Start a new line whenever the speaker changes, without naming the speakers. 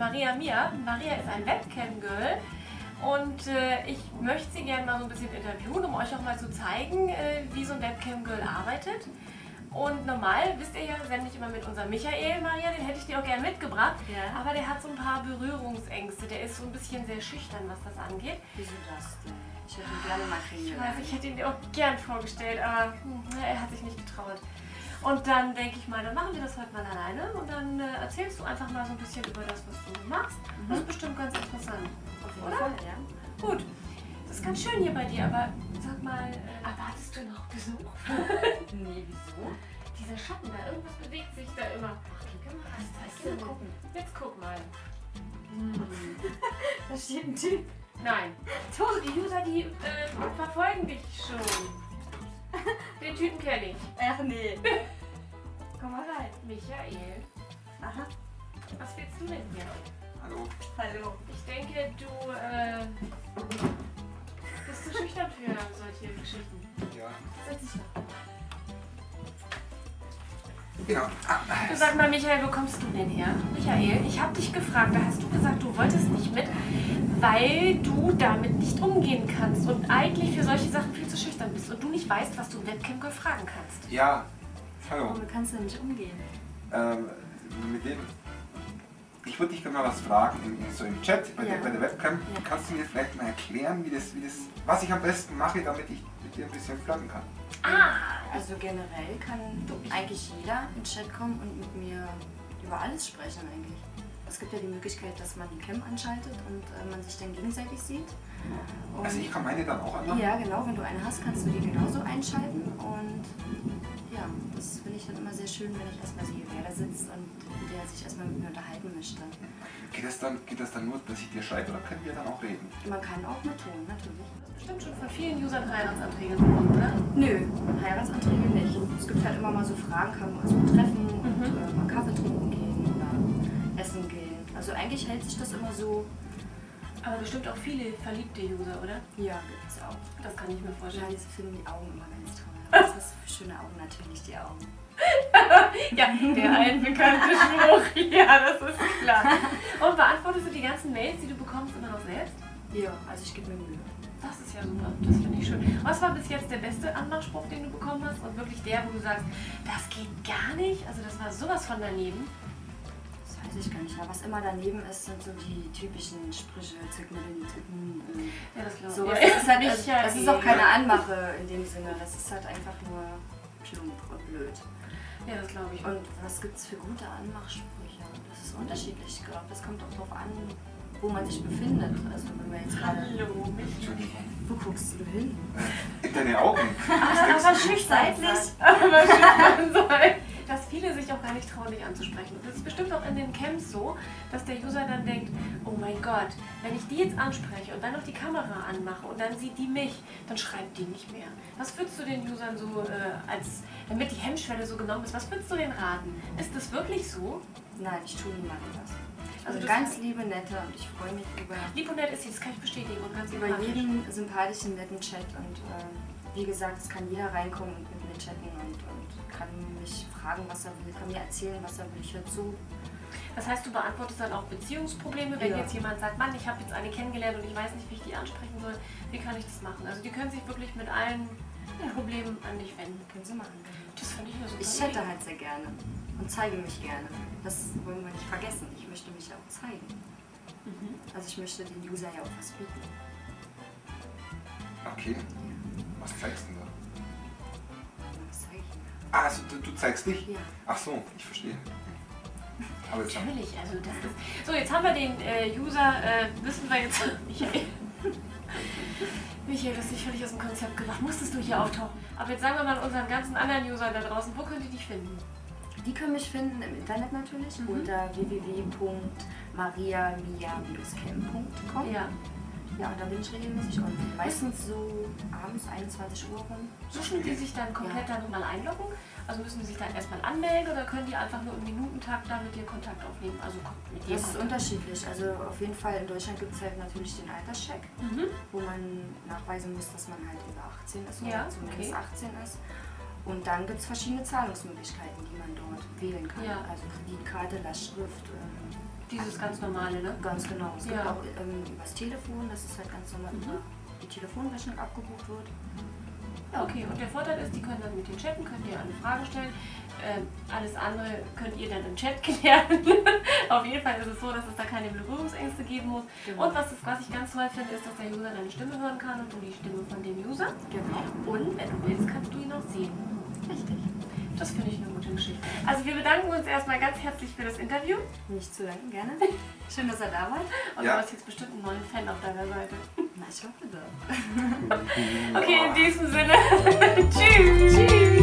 Maria Mir. Maria ist ein Webcam-Girl und äh, ich möchte sie gerne mal so ein bisschen interviewen, um euch auch mal zu zeigen, äh, wie so ein Webcam-Girl arbeitet. Und normal, wisst ihr ja, sende ich immer mit unserem Michael, Maria, den hätte ich dir auch gern mitgebracht.
Ja.
Aber der hat so ein paar Berührungsängste. Der ist so ein bisschen sehr schüchtern, was das angeht.
Wieso das denn? Ich hätte ihn gerne mal
Ich weiß,
kennengelernt.
ich hätte ihn dir auch gern vorgestellt, aber hm, er hat sich nicht getraut. Und dann denke ich mal, dann machen wir das heute mal alleine und dann äh, erzählst du einfach mal so ein bisschen über das, was du machst.
Mhm.
Das ist bestimmt ganz interessant.
Auf jeden
Oder?
Fall, ja.
Gut, das ist ganz schön hier bei dir, aber sag mal, äh,
Erwartest du noch Besuch? nee, wieso?
dieser Schatten da, irgendwas bewegt sich da immer.
Ach, guck mal, was
Geh mal
gucken.
Jetzt guck mal.
Da steht ein Typ.
Nein. So, die User, die äh, verfolgen dich schon. Den Typen kenne ich.
Ach nee. Komm mal rein.
Michael,
Aha.
was willst du mit mir?
Hallo.
Hallo.
Ich denke, du äh, bist zu schüchtern für solche Geschichten.
Ja.
Setz dich doch.
Genau. Ah,
Du sag mal, Michael, wo kommst du denn her? Michael, ich habe dich gefragt, da hast du gesagt, du wolltest nicht mit, weil du damit nicht umgehen kannst und eigentlich für solche Sachen viel zu schüchtern bist und du nicht weißt, was du Webcam fragen kannst.
ja. Hallo.
Womit kannst du denn nicht umgehen?
Ähm, mit dem. Ich würde dich gerne mal was fragen, in, in, so im Chat, bei,
Ja.
der, bei der Webcam.
Ja.
Kannst du mir vielleicht mal erklären, wie das, wie das, was ich am besten mache, damit ich mit dir ein bisschen flirten kann?
Also generell kann eigentlich jeder in den Chat kommen und mit mir über alles sprechen eigentlich. Es gibt ja die Möglichkeit, dass man die Cam anschaltet und äh, man sich dann gegenseitig sieht. Und
Also ich kann meine dann auch anmachen.
ja, genau, wenn du eine hast, kannst du die genauso einschalten. Und ja, das finde ich dann immer sehr schön, wenn ich erstmal sehe, wer da sitzt und mit der sich erstmal mit mir unterhalten möchte.
Geht, das dann, geht das dann nur, dass ich dir schreibe oder können wir dann auch reden?
Man kann auch mit Ton, natürlich.
Bestimmt schon von vielen Usern Heiratsanträge bekommen, oder?
Nö, Heiratsanträge nicht. Es gibt halt immer mal so Fragen, kann man uns mal treffen und äh, mal Kaffee trinken gehen oder essen gehen. Also eigentlich hält sich das immer so.
Aber bestimmt auch viele verliebte User, oder?
Ja, gibt's auch.
Das kann ich mir
Ja,
vorstellen.
diese finden die Augen immer ganz toll. Was hast du für schöne Augen? Natürlich die Augen.
Ja, der altbekannte Spruch. Ja, das ist klar. Und beantwortest du die ganzen Mails, die du bekommst, immer noch selbst?
Ja, also ich gebe mir Mühe.
Das ist ja super. Das finde ich schön. Was war bis jetzt der beste Anmachspruch, den du bekommen hast? Und wirklich der, wo du sagst, das geht gar nicht? Also das war sowas von daneben.
Das weiß ich gar nicht. Aber was immer daneben ist, sind so die typischen Sprüche, zück mir den Tücken.
Ja, das glaube ich.
So,
Ja,
das ist halt, also,
Michael.
das ist auch keine Anmache in dem Sinne. Das ist halt einfach nur plump und blöd.
Ja, das glaube ich. Und
Und was gibt es für gute Anmachsprüche? Das ist unterschiedlich, ich glaube. Das kommt auch darauf an, wo man sich befindet. Also wenn man jetzt gerade...
Hallo, mich.
Entschuldigung.
Wo guckst du hin?
In deine Augen.
Aber schüchtern seitlich.
Dass viele sich auch gar nicht trauen, dich anzusprechen. Und das ist bestimmt auch in den Camps so, dass der User dann denkt, oh mein Gott, wenn ich die jetzt anspreche und dann noch die Kamera anmache und dann sieht die mich, dann schreibt die nicht mehr. Was würdest du den Usern so, äh, als, damit die Hemmschwelle so genommen ist, was würdest du denen raten? Ist das wirklich so?
Nein, ich tue niemandem was.
Also
Also
das-
ganz liebe, nette und ich freue mich über,
Lieb und nett ist sie, das kann ich bestätigen und ganz
über
sympathisch.
jeden sympathischen, netten Chat. Und äh, wie gesagt, es kann jeder reinkommen und mit mir chatten und, und kann mich fragen, was er will, kann mir erzählen, was er will. Ich höre zu.
Das heißt, du beantwortest dann auch Beziehungsprobleme, wenn
Ja.
jetzt jemand sagt, Mann, ich habe jetzt eine kennengelernt und ich weiß nicht, wie ich die ansprechen soll. Wie kann ich das machen? Also die können sich wirklich mit allen Problemen an dich wenden.
Können Sie machen.
Das finde ich eine super.
Ich chatte halt sehr gerne und zeige mich gerne. Das wollen wir nicht vergessen. Ich möchte mich ja auch zeigen.
Mhm.
Also ich möchte den User ja auch was bieten.
Okay. Was zeigst du denn da?
Was zeige ich denn?
Ah, also du, du zeigst dich?
Ja.
Ach so, ich verstehe. Aber jetzt haben
Natürlich, also das ist. So, jetzt haben wir den äh, User, äh, wissen wir jetzt. Michael. Michael, das ist dich völlig aus dem Konzept gebracht. Musstest du hier auftauchen. Aber jetzt sagen wir mal unseren ganzen anderen Usern da draußen, wo können die dich finden?
Die können mich finden im Internet natürlich
Mhm.
unter www.mariamia-cam.com.
Ja.
ja, und da bin ich regelmäßig online. Meistens so abends 21 Uhr rum.
Müssen die sich dann komplett da nochmal einloggen? Also müssen die sich dann erstmal anmelden oder können die einfach nur im Minutentakt da mit dir Kontakt aufnehmen? Also kon- mit dir
Das ist
Kontakt.
unterschiedlich. Also auf jeden Fall in Deutschland gibt es halt natürlich den Alterscheck,
Mhm.
wo man nachweisen muss, dass man halt über 18 ist oder
Ja,
zumindest
okay.
18 ist. Und dann gibt es verschiedene Zahlungsmöglichkeiten, die man dort wählen kann.
Ja.
Also Kreditkarte, Lastschrift, ähm,
Dieses ganz normale, ne?
Ganz genau. Es gibt
Ja. Mhm.
auch ähm, übers Telefon, das ist halt ganz normal über die Telefonrechnung abgebucht wird.
Okay, und der Vorteil ist, die können dann mit dir chatten, könnt ihr alle Fragen stellen. Ähm, alles andere könnt ihr dann im Chat klären. Auf jeden Fall ist es so, dass es da keine Berührungsängste geben muss.
Genau.
Und was, das, was ich ganz toll finde, ist, dass der User deine Stimme hören kann und du die Stimme von dem User.
Genau.
Und wenn du willst, kannst du ihn auch sehen.
Richtig.
Das finde ich eine gute Geschichte. Also wir bedanken uns erstmal ganz herzlich für das Interview.
Nicht zu danken, gerne. Schön, dass er da war.
Und
Ja.
du hast jetzt bestimmt einen neuen Fan auf deiner Seite.
Na, ich hoffe doch.
Okay, in diesem Sinne. Tschüss. Tschüss.